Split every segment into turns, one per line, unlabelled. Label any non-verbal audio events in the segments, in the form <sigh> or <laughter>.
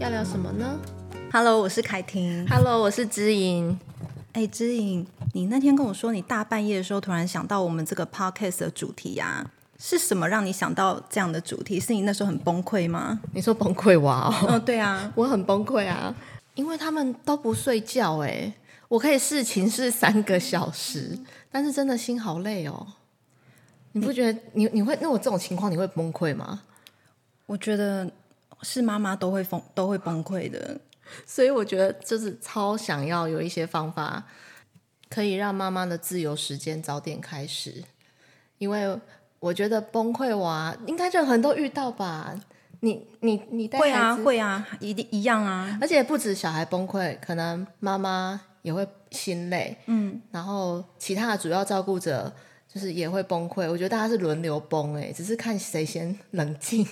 要聊什么呢
Hello，我是凯婷。
？Hello，我是知莹。
哎，知颖，你那天跟我说你大半夜的时候突然想到我们这个 podcast 的主题呀、是什么让你想到这样的主题？是你那时候很崩溃吗？
你说崩溃哇、哦？
哦，对啊，
<laughs> 我很崩溃啊，因为他们都不睡觉哎、我可以试情试三个小时，但是真的心好累哦。你不觉得你你会那我这种情况你会崩溃吗？
我觉得是妈妈都会崩都会崩溃的。
所以我觉得就是超想要有一些方法，可以让妈妈的自由时间早点开始，因为我觉得崩溃娃应该就很多遇到吧。你你你带
会
孩
啊，
子，
会啊，一定一样啊。
而且不止小孩崩溃，可能妈妈也会心累，
嗯，
然后其他的主要照顾者就是也会崩溃。我觉得大家是轮流崩、欸，只是看谁先冷静。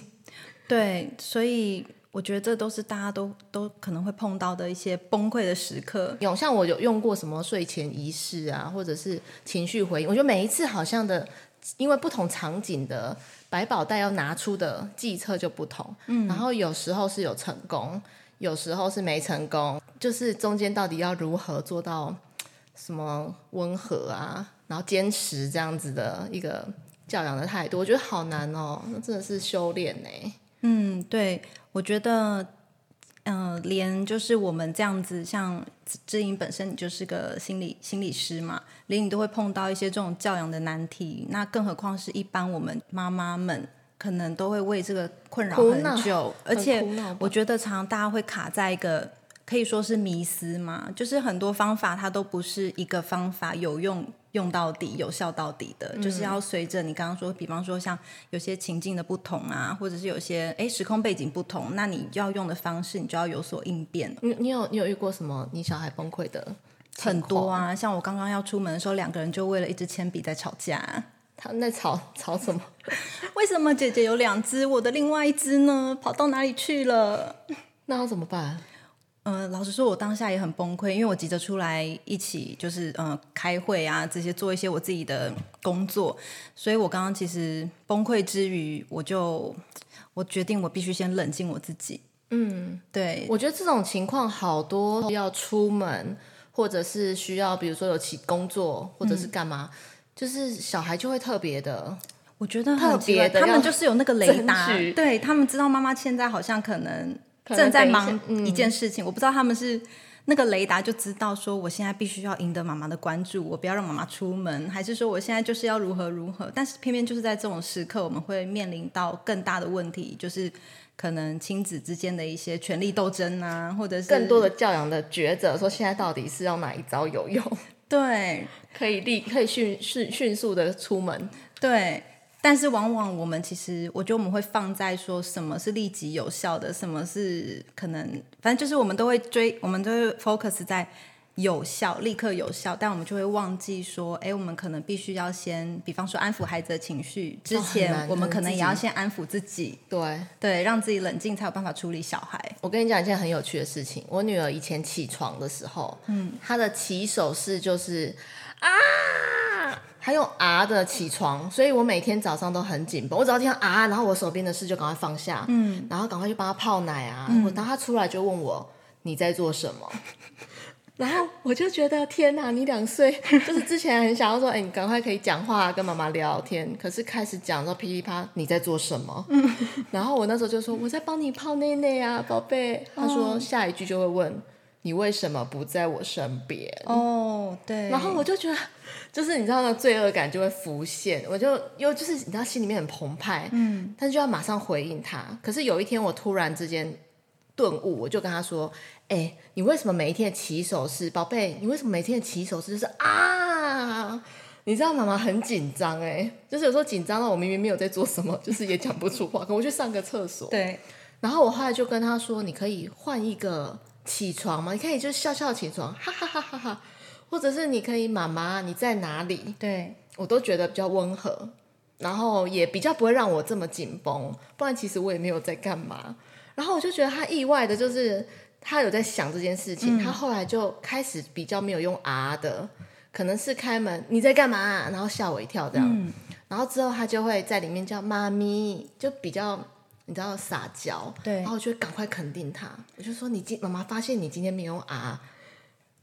对，所以我觉得这都是大家都都可能会碰到的一些崩溃的时刻。
有像我有用过什么睡前仪式啊，或者是情绪回应，我觉得每一次好像的，因为不同场景的百宝袋要拿出的计策就不同，嗯，然后有时候是有成功，有时候是没成功，就是中间到底要如何做到什么温和啊，然后坚持这样子的一个教养的态度，我觉得好难哦，那真的是修炼呢、
嗯，对，我觉得，嗯、连就是我们这样子，像志志颖本身你就是个心理心理师嘛，连你都会碰到一些这种教养的难题，那更何况是一般我们妈妈们可能都会为这个困扰
苦恼 <laughs>
很久，而
很
且
苦恼吧
我觉得常常大家会卡在一个。可以说是迷思嘛，就是很多方法它都不是一个方法有用用到底、有效到底的，
嗯
就是要随着你刚刚说，比方说像有些情境的不同啊，或者是有些哎时空背景不同，那你就要用的方式，你就要有所应变。
你你有你有遇过什么你小孩崩溃的？
很多，啊，像我刚刚要出门的时候，两个人就为了一支铅笔在吵架。 <laughs>
他们在吵吵什么？
为什么姐姐有两支，我的另外一支呢？跑到哪里去了？
那要怎么办？
呃，老实说，我当下也很崩溃，因为我急着出来一起就是呃开会啊，这些做一些我自己的工作，所以我刚刚其实崩溃之余，我就我决定我必须先冷静我自己。嗯，对，
我觉得这种情况好多要出门，或者是需要，比如说有其工作，或者
嗯
是干嘛，就是小孩就会特别的，
我觉得
特
很奇
别
怪
的
他
要
们就是有那个雷达
争取，
对他们知道妈妈现在好像可能
可能
正在
等一下
忙
嗯
一件事情，我不知道他们是那个雷达就知道说我现在必须要赢得妈妈的关注，我不要让妈妈出门，还是说我现在就是要如何如何？但是偏偏就是在这种时刻，我们会面临到更大的问题，就是可能亲子之间的一些权力斗争啊，或者是
更多的教养的抉择，说现在到底是要哪一招有用， <laughs>
对
可以立可以迅迅迅速的出门。
对，但是往往我们其实，我觉得我们会放在说什么是立即有效的，什么是可能，反正就是我们都会追，我们都会 focus 在有效、立刻有效，但我们就会忘记说，哎，我们可能必须要先，比方说安抚孩子的情绪之
哦很
前，
难
我们
可能
可能
自
也
己
要先安抚自己，
对，
对，让自己冷静，才有办法处理小孩。
我跟你讲一件很有趣的事情。我女儿以前起床的时候，嗯，她的起手式就是啊，她用啊的起床，所以我每天早上都很紧绷。我只要听到啊，然后我手边的事就赶快放下，嗯，然后赶快去帮她泡奶啊。我然后她出来就问我你在做什 <laughs> 么。然后我就觉得天哪，你两岁， <laughs> 就是之前很想要说，哎、你赶快可以讲话、啊跟妈妈聊天。可是开始讲到噼里啪，你在做什么？然后我那时候就说我在帮你泡内内啊，宝贝。他说下一句就会问你为什么不在我身边。
哦，对，
然后我就觉得， <laughs> 就是你知道那罪恶感就会浮现，我就又就是你知道心里面很澎湃，嗯，但是就要马上回应他。可是有一天我突然之间顿悟，我就跟他说：“哎、你为什么每一天的起手式，宝贝，你为什么每天的起手式就是啊？”你知道妈妈很紧张哎、就是有时候紧张到我明明没有在做什么，就是也讲不出话，可能我去上个厕所，
对，
然后我后来就跟他说：“你可以换一个起床吗？你可以就笑笑起床，哈哈哈哈哈，或者是你可以妈妈你在哪里？
对，
我都觉得比较温和，然后也比较不会让我这么紧绷。不然其实我也没有在干嘛。然后我就觉得他意外的就是他有在想这件事情，他后来就开始比较没有用啊的，可能是开门你在干嘛、啊然后吓我一跳这样。然后之后他就会在里面叫妈咪，就比较你知道撒娇，
对
然后我就会赶快肯定他，我就说你今妈妈发现你今天没有啊。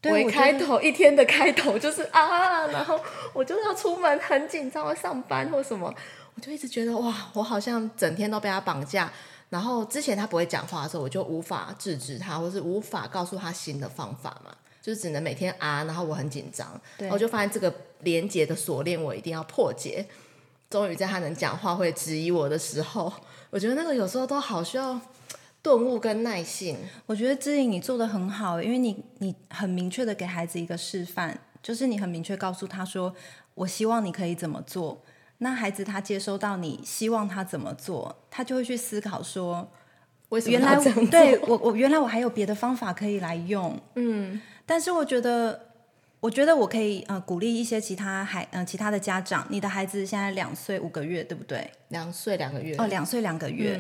对
我一
我
开
就是
头一天的开头就是啊，然后我就要出门很紧张，要上班或什么，我就一直觉得哇，我好像整天都被他绑架。然后之前他不会讲话的时候，我就无法制止他，或是无法告诉他新的方法嘛，就是只能每天啊，然后我很紧张，
对
然后我就发现这个连接的锁链我一定要破解。终于在他能讲话会质疑我的时候，我觉得那个有时候都好需要顿悟跟耐性。
我觉得知颖你做的很好，欸因为你你很明确的给孩子一个示范，就是你很明确告诉他说，我希望你可以怎么做。那孩子他接收到你希望他怎么做，他就会去思考说，
为什么
原来
要这样
我
做
对我我原来我还有别的方法可以来
<laughs>
用，嗯，但是我觉得。我觉得我可以呃鼓励一些其他孩呃其他的家长，你的孩子现在两岁五个月，对不对？
两岁两个月嗯
哦，两岁两个月，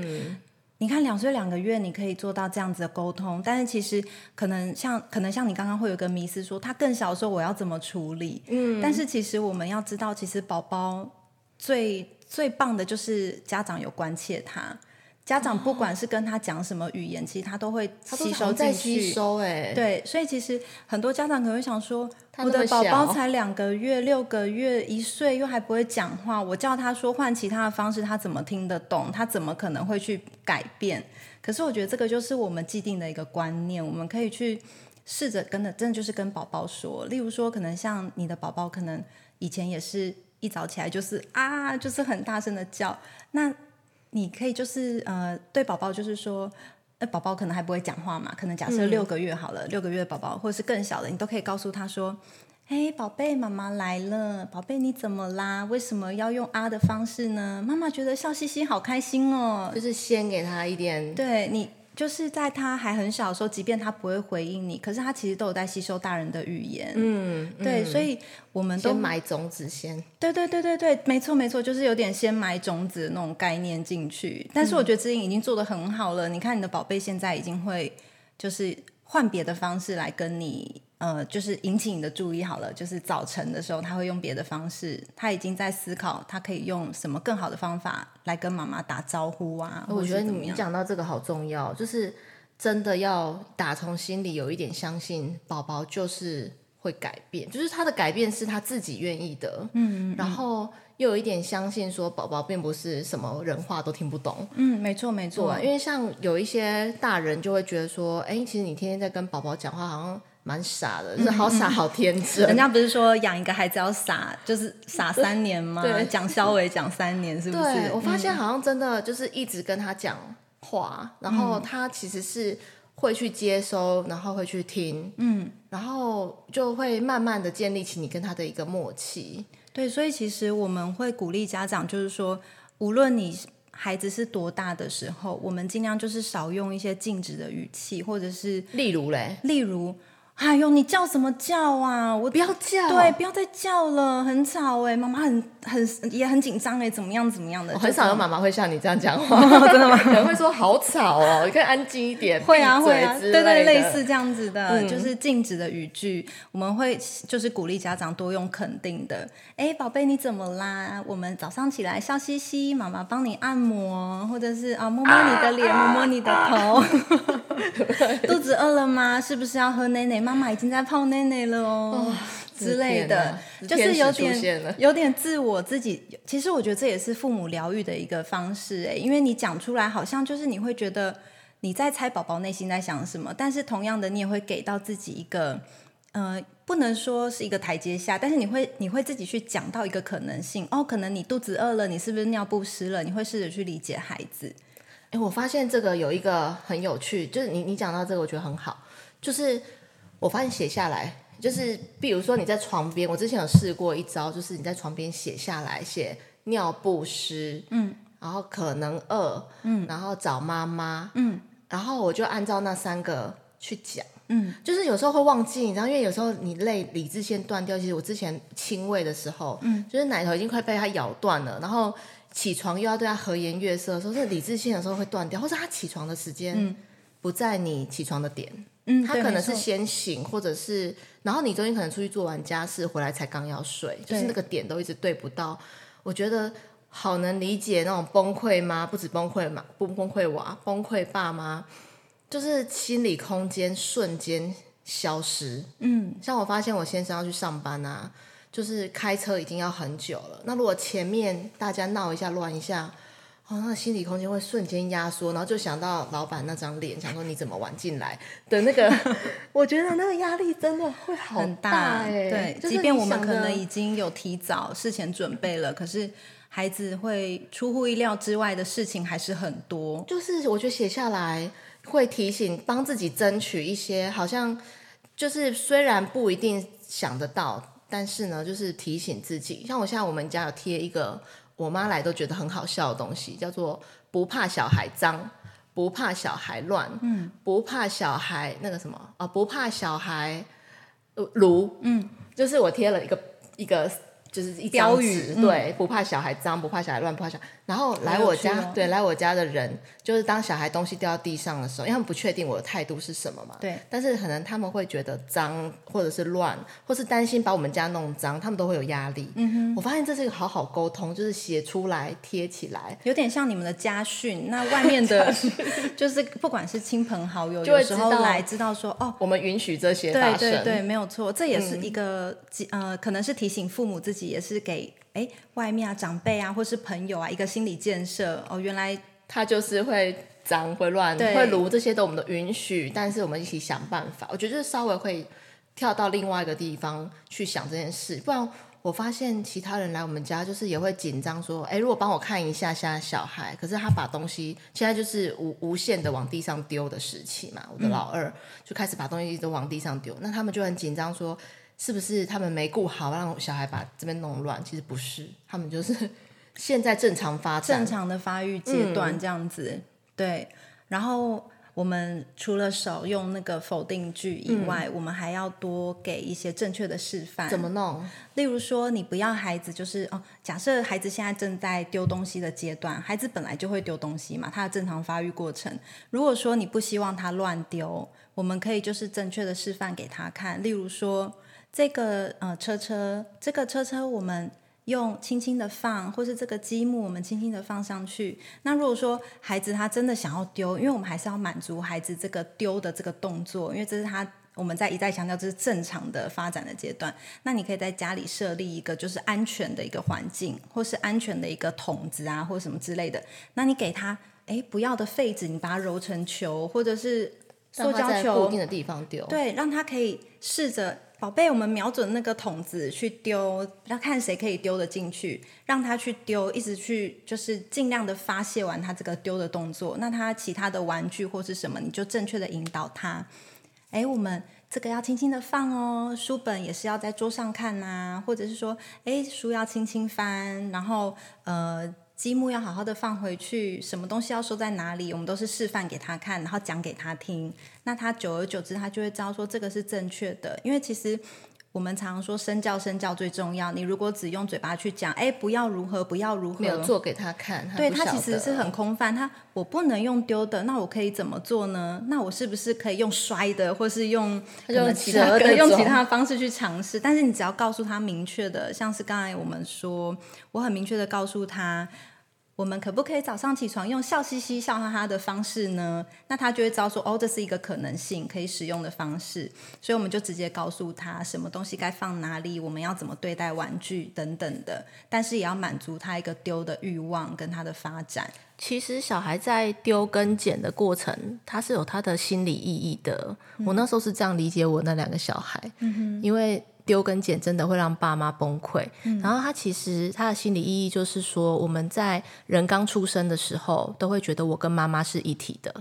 你看两岁两个月，你可以做到这样子的沟通，但是其实可能像可能像你刚刚会有一个迷思说，他更小的时候我要怎么处理？嗯，但是其实我们要知道，其实宝宝最最棒的就是家长有关切他。家长不管是跟他讲什么语言，其实他都会
他都
吸
好
收
像在
进
吸
去。
收哎、
对，所以其实很多家长可能会想说，
他
我
那么
的宝宝
小
才两个月、六个月、一岁，又还不会讲话，我叫他说换其他的方式，他怎么听得懂？他怎么可能会去改变？可是我觉得这个就是我们既定的一个观念，我们可以去试着跟的，真的就是跟宝宝说，例如说，可能像你的宝宝，可能以前也是一早起来就是啊，就是很大声的叫，那你可以就是呃，对宝宝就是说。那宝宝可能还不会讲话嘛，可能假设六个月好了，六个月的宝宝或者是更小的，你都可以告诉他说：“嘿，宝贝，妈妈来了，宝贝你怎么啦？为什么要用啊的方式呢？妈妈觉得笑嘻嘻好开心哦。
就是先给他一点
对你就是在他还很小的时候，即便他不会回应你，可是他其实都有在吸收大人的语言。嗯，对，所以我们都
先埋种子先，
对对对对对，没错没错，就是有点先埋种子的那种概念进去。但是
嗯
我觉得知音已经做的很好了，你看你的宝贝现在已经会就是换别的方式来跟你。呃，就是引起你的注意好了。就是早晨的时候，他会用别的方式，他已经在思考，他可以用什么更好的方法来跟妈妈打招呼啊。或
我
者
觉
是
得
怎么
你
样？
讲到这个好重要，就是真的要打从心里有一点相信宝宝就是会改变，就是他的改变是他自己愿意的，嗯，然后又有一点相信说宝宝并不是什么人话都听不懂，
嗯，没错没错，
对，因为像有一些大人就会觉得说，哎，其实你天天在跟宝宝讲话好像蛮傻的，就是好傻好天真
人，家不是说养一个孩子要傻，就是傻三年吗
对？
讲肖伟讲三年，是不嗯
对
是？
我发现好像真的就是一直跟他讲话，然
嗯
后他其实是会去接收，然后会去听，嗯，然后就会慢慢的建立起你跟他的一个默契。
对，所以其实我们会鼓励家长，就是说，无论你孩子是多大的时候，我们尽量就是少用一些禁止的语气，或者是
例如嘞，
例如，哎呦，你叫什么叫啊？我
不要叫，
对，，不要再叫了，很吵哎、妈妈很很也很紧张哎、怎么样怎么样的？
我
就
哦很少
这
有
种
妈妈会像你这样讲
<laughs>
话，真的吗？ <laughs> 可能会说好吵哦，你可以安静一点，
会啊
闭嘴
会啊，
之
对对，
类
类
的。嗯
似这样子的，就是禁止的语句，我们会就是鼓励家长多用肯定的。哎，宝贝，你怎么啦？我们早上起来笑嘻嘻，妈妈帮你按摩，或者是啊，摸摸你的脸，摸摸你的头。 <laughs> 肚子饿了吗？是不是要喝奶奶？妈妈已经在泡奶奶了哦。之类的，就
天哪
是有
天使出现了
点有点自我自己。其实我觉得这也是父母疗愈的一个方式、诶，因为你讲出来，好像就是你会觉得你在猜宝宝内心在想什么，但是同样的，你也会给到自己一个，呃，不能说是一个台阶下，但是你会你会自己去讲到一个可能性。哦，可能你肚子饿了，你是不是尿不湿了？你会试着去理解孩子。
哎、我发现这个有一个很有趣，就是你你讲到这个，我觉得很好。就是我发现写下来，就是比如说你在床边，我之前有试过一招，就是你在床边写下来，写尿不湿，嗯，然后可能饿，嗯，然后找妈妈，嗯，然后我就按照那三个去讲。嗯，就是有时候会忘记，你知道，因为有时候你累，理智线断掉。其实我之前亲喂的时候，嗯，就是奶头已经快被它咬断了，然后起床又要对他和颜悦色，说是理智线有时候会断掉，或者他起床的时间不在你起床的点，
嗯，
他
对
可能
没错
是先醒，或者是然后你中间可能出去做完家事回来才刚要睡，就是
对
那个点都一直对不到。我觉得好能理解那种崩溃妈，不止崩溃妈，不崩溃娃，崩溃爸妈，就是心理空间瞬间消失。嗯，像我发现我先生要去上班啊，就是开车已经要很久了。那如果前面大家闹一下、乱一下，哦，那心理空间会瞬间压缩，然后就想到老板那张脸，想说你怎么晚进来的那个， <laughs> 我觉得那个压力真的会好
很
大哎、
对，
就是
即便
你
我们
想
可
的
能已经有提早事前准备了，可是孩子会出乎意料之外的事情还是很多。
就是我觉得写下来会提醒，帮自己争取一些，好像就是虽然不一定想得到，但是呢，就是提醒自己。像我现在我们家有贴一个我妈来都觉得很好笑的东西，叫做“不怕小孩脏，不怕小孩乱，嗯，不怕小孩那个什么啊、不怕小孩呃炉，嗯，就是我贴了一个一个。就是一张
标语
纸
嗯
对，不怕小孩脏，不怕小孩乱，不怕小孩。然后来
好有
我
趣
家，
哦
对，来我家的人，就是当小孩东西掉到地上的时候，因为他们不确定我的态度是什么嘛，
对，
但是可能他们会觉得脏，或者是乱，或是担心把我们家弄脏，他们都会有压力。嗯哼，我发现这是一个好好沟通，就是写出来贴起来，
有点像你们的家训，那外
<laughs>
面的 <laughs> 就是不管是亲朋好友，
就会
有时候
知道
来知道说哦，
我们允许这些
对
发生。
对对，没有错，这也是
嗯
一个、呃，可能是提醒父母自己，也是给哎外面啊长辈啊，或是朋友啊一个心理建设。哦，原来
他就是会脏、会乱、
对
会撸，这些都我们都允许，但是我们一起想办法。我觉得就是稍微会跳到另外一个地方去想这件事，不然我发现其他人来我们家就是也会紧张，说：“哎，如果帮我看一下现在小孩，可是他把东西现在就是无无限的往地上丢的时期嘛。”
嗯
我的老二、就开始把东西都往地上丢，那他们就很紧张说。是不是他们没顾好，让小孩把这边弄乱？其实不是，他们就是 <laughs> 现在正常发展
正，常的发育阶段
嗯
这样子。对，然后我们除了少用那个否定句以外，我们还要多给一些正确的示范。
嗯怎么弄？
例如说，你不要孩子就是哦，假设孩子现在正在丢东西的阶段，孩子本来就会丢东西嘛，他的正常发育过程。如果说你不希望他乱丢，我们可以就是正确的示范给他看。例如说，这个呃车车，这个车车我们。用轻轻的放，或是这个积木，我们轻轻的放上去。那如果说孩子他真的想要丢，因为我们还是要满足孩子这个丢的这个动作，因为这是他我们在一再强调这是正常的发展的阶段。那你可以在家里设立一个就是安全的一个环境，或是安全的一个桶子啊，或什么之类的。那你给他哎不要的废纸，你把它揉成球，或者是
让
塑
它
胶
在
球
固定，的地方丢。
对，让他可以试着。宝贝，我们瞄准那个桶子去丢，要看谁可以丢得进去，让他去丢，一直去就是尽量的发泄完他这个丢的动作。那他其他的玩具或是什么，你就正确的引导他。哎，我们这个要轻轻的放哦，书本也是要在桌上看呐、或者是说，哎，书要轻轻翻，然后呃，积木要好好的放回去，什么东西要收在哪里，我们都是示范给他看，然后讲给他听。那他久而久之，他就会知道说这个是正确的，因为其实。我们常说身教身教最重要。你如果只用嘴巴去讲，哎，不要如何，不要如何，
没有做给他看，他
对
不
它
晓
其实
得
是很空泛，它我不能用丢的，那我可以怎么做呢？那我是不是可以用摔的，或是用
它就
可能
用其他
折
各
的，用其
种
他的方式去尝试？但是你只要告诉他明确的，像是刚才我们说，我很明确的告诉他。我们可不可以早上起床用笑嘻嘻、笑哈哈的方式呢？那他就会知道说，哦，这是一个可能性，可以使用的方式。所以我们就直接告诉他什么东西该放哪里，我们要怎么对待玩具等等的。但是也要满足他一个丢的欲望跟他的发展。
其实小孩在丢跟捡的过程，他是有他的心理意义的。我那时候是这样理解我那两个小孩，因为丢跟捡真的会让爸妈崩溃。然后他其实他的心理意义就是说，我们在人刚出生的时候，都会觉得我跟妈妈是一体的。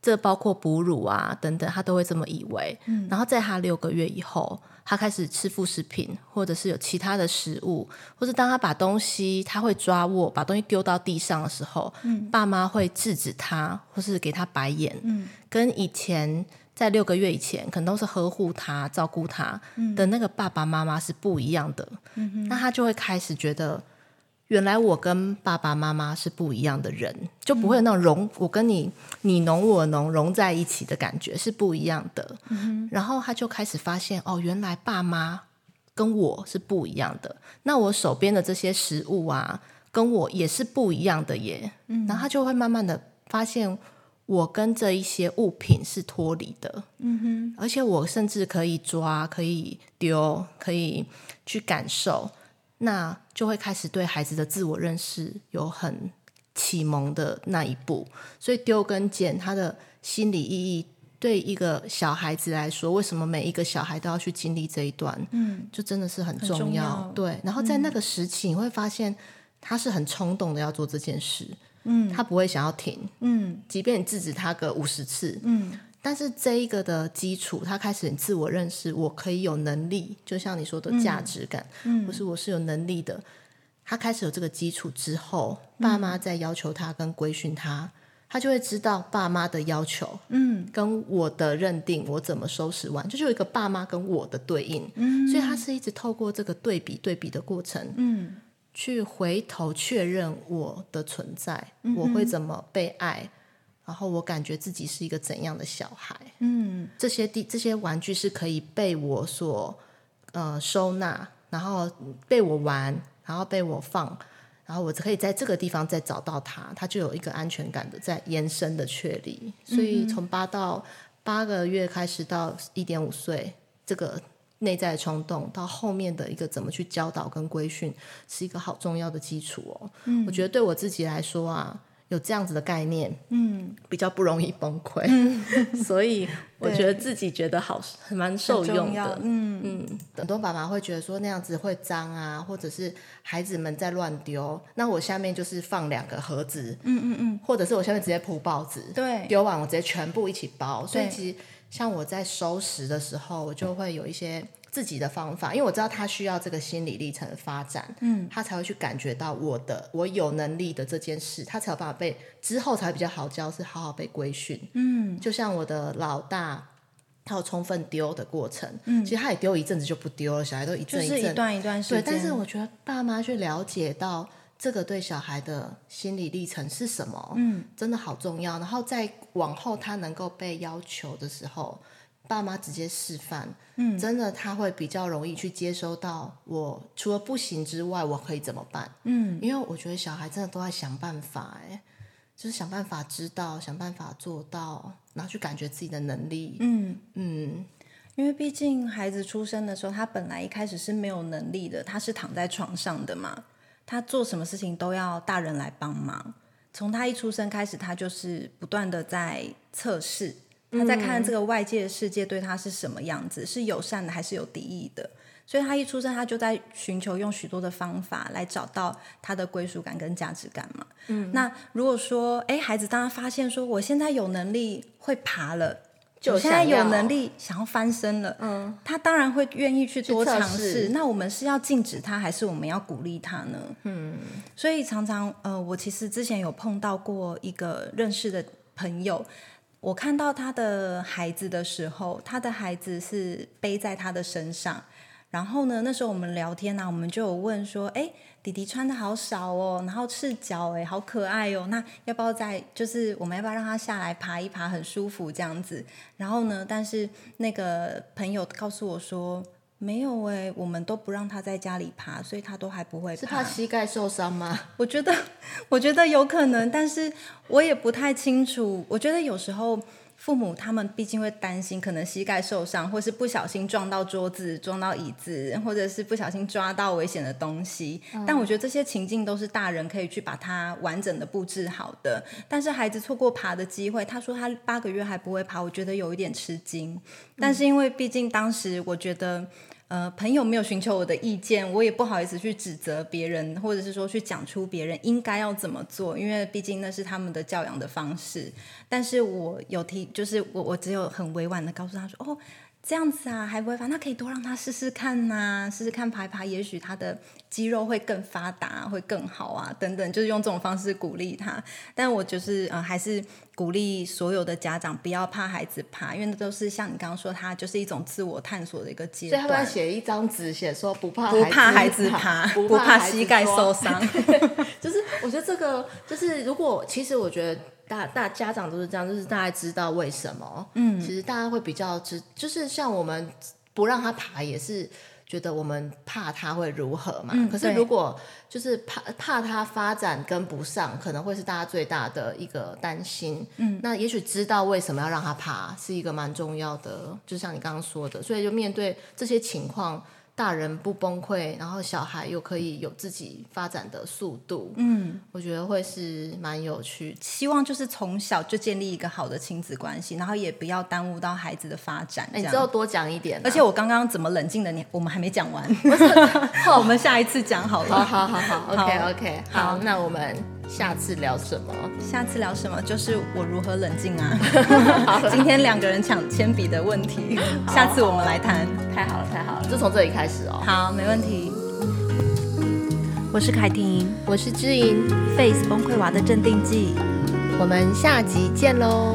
这包括哺乳啊等等，他都会这么以为。然后在他六个月以后，他开始吃副食品，或者是有其他的食物，或是当他把东西他会抓握，把东西丢到地上的时候，爸妈会制止他，或是给他白眼。跟以前在六个月以前，可能都是呵护他、照顾他的那个爸爸妈妈是不一样的。那他就会开始觉得。原来我跟爸爸妈妈是不一样的人，就不会有那种融、我跟你你侬我侬融在一起的感觉是不一样的。然后他就开始发现哦，原来爸妈跟我是不一样的。那我手边的这些食物啊，跟我也是不一样的耶。嗯，然后他就会慢慢的发现我跟这一些物品是脱离的。嗯哼，而且我甚至可以抓，可以丢，可以去感受，那就会开始对孩子的自我认识有很启蒙的那一步。所以丢跟捡，它的心理意义。对一个小孩子来说，为什么每一个小孩都要去经历这一段？嗯，就真的是很重要。嗯
重要
对，然后在那个时期，你会发现他是很冲动的要做这件事，嗯，他不会想要停，
嗯，
即便你制止他个五十次，
嗯，
但是这一个的基础，他开始自我认识，我可以有能力，就像你说的价值感，嗯，或是我是有能力的。他开始有这个基础之后，爸妈在要求他跟规训他，他就会知道爸妈的要求，嗯，跟我的认定，我怎么收拾完，就是有一个爸妈跟我的对应，嗯，所以他是一直透过这个对比对比的过程，
嗯
去回头确认我的存在，我会怎么被爱，然后我感觉自己是一个怎样的小孩。
嗯
这些地这些玩具是可以被我所呃收纳，然后被我玩，然后被我放，然后我可以在这个地方再找到它，它就有一个安全感的在延伸的确立。所以
嗯
从八到八个月开始到一点五岁，这个内在的冲动到后面的一个怎么去教导跟规训，是一个好重要的基础哦。我觉得对我自己来说啊，有这样子的概念，
嗯，
比较不容易崩溃，所以
<laughs>
我觉得自己觉得好蛮受
很
用
重要
的。
嗯
嗯，很多爸妈会觉得说那样子会脏啊，或者是孩子们在乱丢。那我下面就是放两个盒子，嗯嗯嗯，或者是我下面直接铺报纸，
对
丢完我直接全部一起包。所以
对
其实像我在收拾的时候，我就会有一些自己的方法，因为我知道他需要这个心理历程的发展，嗯，他才会去感觉到我的我有能力的这件事，他才有办法被之后才会比较好教，是好好被规训。嗯，就像我的老大。他有充分丢的过程，嗯，其实他也丢一阵子就不丢了，小孩都一
就
阵
是一
阵
段一段时
对，
间，
但是我觉得爸妈去了解到这个对小孩的心理历程是什么，嗯，真的好重要。然后在往后他能够被要求的时候，爸妈直接示范，嗯，真的他会比较容易去接收到我除了不行之外，我可以怎么办？嗯，因为我觉得小孩真的都在想办法、哎，就是想办法知道，想办法做到，然后去感觉自己的能力，
嗯，
嗯
因为毕竟孩子出生的时候，他本来一开始是没有能力的，他是躺在床上的嘛，他做什么事情都要大人来帮忙。从他一出生开始，他就是不断的在测试，他在
嗯
看这个外界的世界对他是什么样子，是友善的还是有敌意的。所以他一出生，他就在寻求用许多的方法来找到他的归属感跟价值感嘛。嗯，那如果说，哎，孩子当他发现说，我现在有能力会爬了，
就
我现在
想要
有能力想要翻身了，嗯，他当然会愿意去多
去测
尝
试
试。那我们是要禁止他，还是我们要鼓励他呢？嗯，所以常常呃，我其实之前有碰到过一个认识的朋友，我看到他的孩子的时候，他的孩子是背在他的身上。然后呢，那时候我们聊天呢、啊我们就有问说，哎，弟弟穿的好少哦，然后赤脚哎，好可爱哦。那要不要再就是我们要不要让他下来爬一爬，很舒服这样子？然后呢，但是那个朋友告诉我说，没有哎，我们都不让他在家里爬，所以他都还不会
是怕膝盖受伤吗？
我觉得，我觉得有可能，但是我也不太清楚。我觉得有时候父母他们毕竟会担心，可能膝盖受伤，或是不小心撞到桌子、撞到椅子，或者是不小心抓到危险的东西。但我觉得这些情境都是大人可以去把它完整的布置好的。但是孩子错过爬的机会，他说他八个月还不会爬，我觉得有一点吃惊。但是因为毕竟当时我觉得。呃，朋友没有寻求我的意见，我也不好意思去指责别人，或者是说去讲出别人应该要怎么做，因为毕竟那是他们的教养的方式。但是我有提，就是我我只有很委婉的告诉他说，哦，这样子啊，还不会发，那可以多让他试试看呐、试试看爬一爬，也许他的肌肉会更发达，会更好啊，等等，就是用这种方式鼓励他。但我就是呃，还是鼓励所有的家长不要怕孩子爬，因为那都是像你刚刚说，他就是一种自我探索的一个阶
所
段。
以他们要写一张纸，写说不怕
不怕孩
<laughs>
子爬
爬，，
不怕
孩子
膝盖
抓
受。伤。
<laughs>
<laughs>
就是我觉得这个，就是如果其实我觉得大大家长都是这样，就是大家知道为什么，嗯，其实大家会比较知，就是像我们不让他爬也是。觉得我们怕它会如何嘛。
嗯
可是
对
如果就是怕怕它发展跟不上，可能会是大家最大的一个担心。嗯，那也许知道为什么要让它爬，是一个蛮重要的，就像你刚刚说的，所以就面对这些情况。大人不崩溃，然后小孩又可以有自己发展的速度，嗯，我觉得会是蛮有趣的。
希望就是从小就建立一个好的亲子关系，然后也不要耽误到孩子的发展。
哎、
这
你
样
之后多讲一点啊、
而且我刚刚怎么冷静的你，我们还没
<laughs>
讲完，我们下一次讲好
好
了。
好好 <laughs> 好，OK
好
OK，好，那我们下次聊什么？
下次聊什么？就是我如何冷
<laughs>
静啊！今天两个人抢铅笔的问题，下次我们来谈。
太好了，太好了，就从这里开始哦。
好，没问题。我是凯婷
我是知音，
，Face 崩溃娃的镇定剂。
我们下集见喽。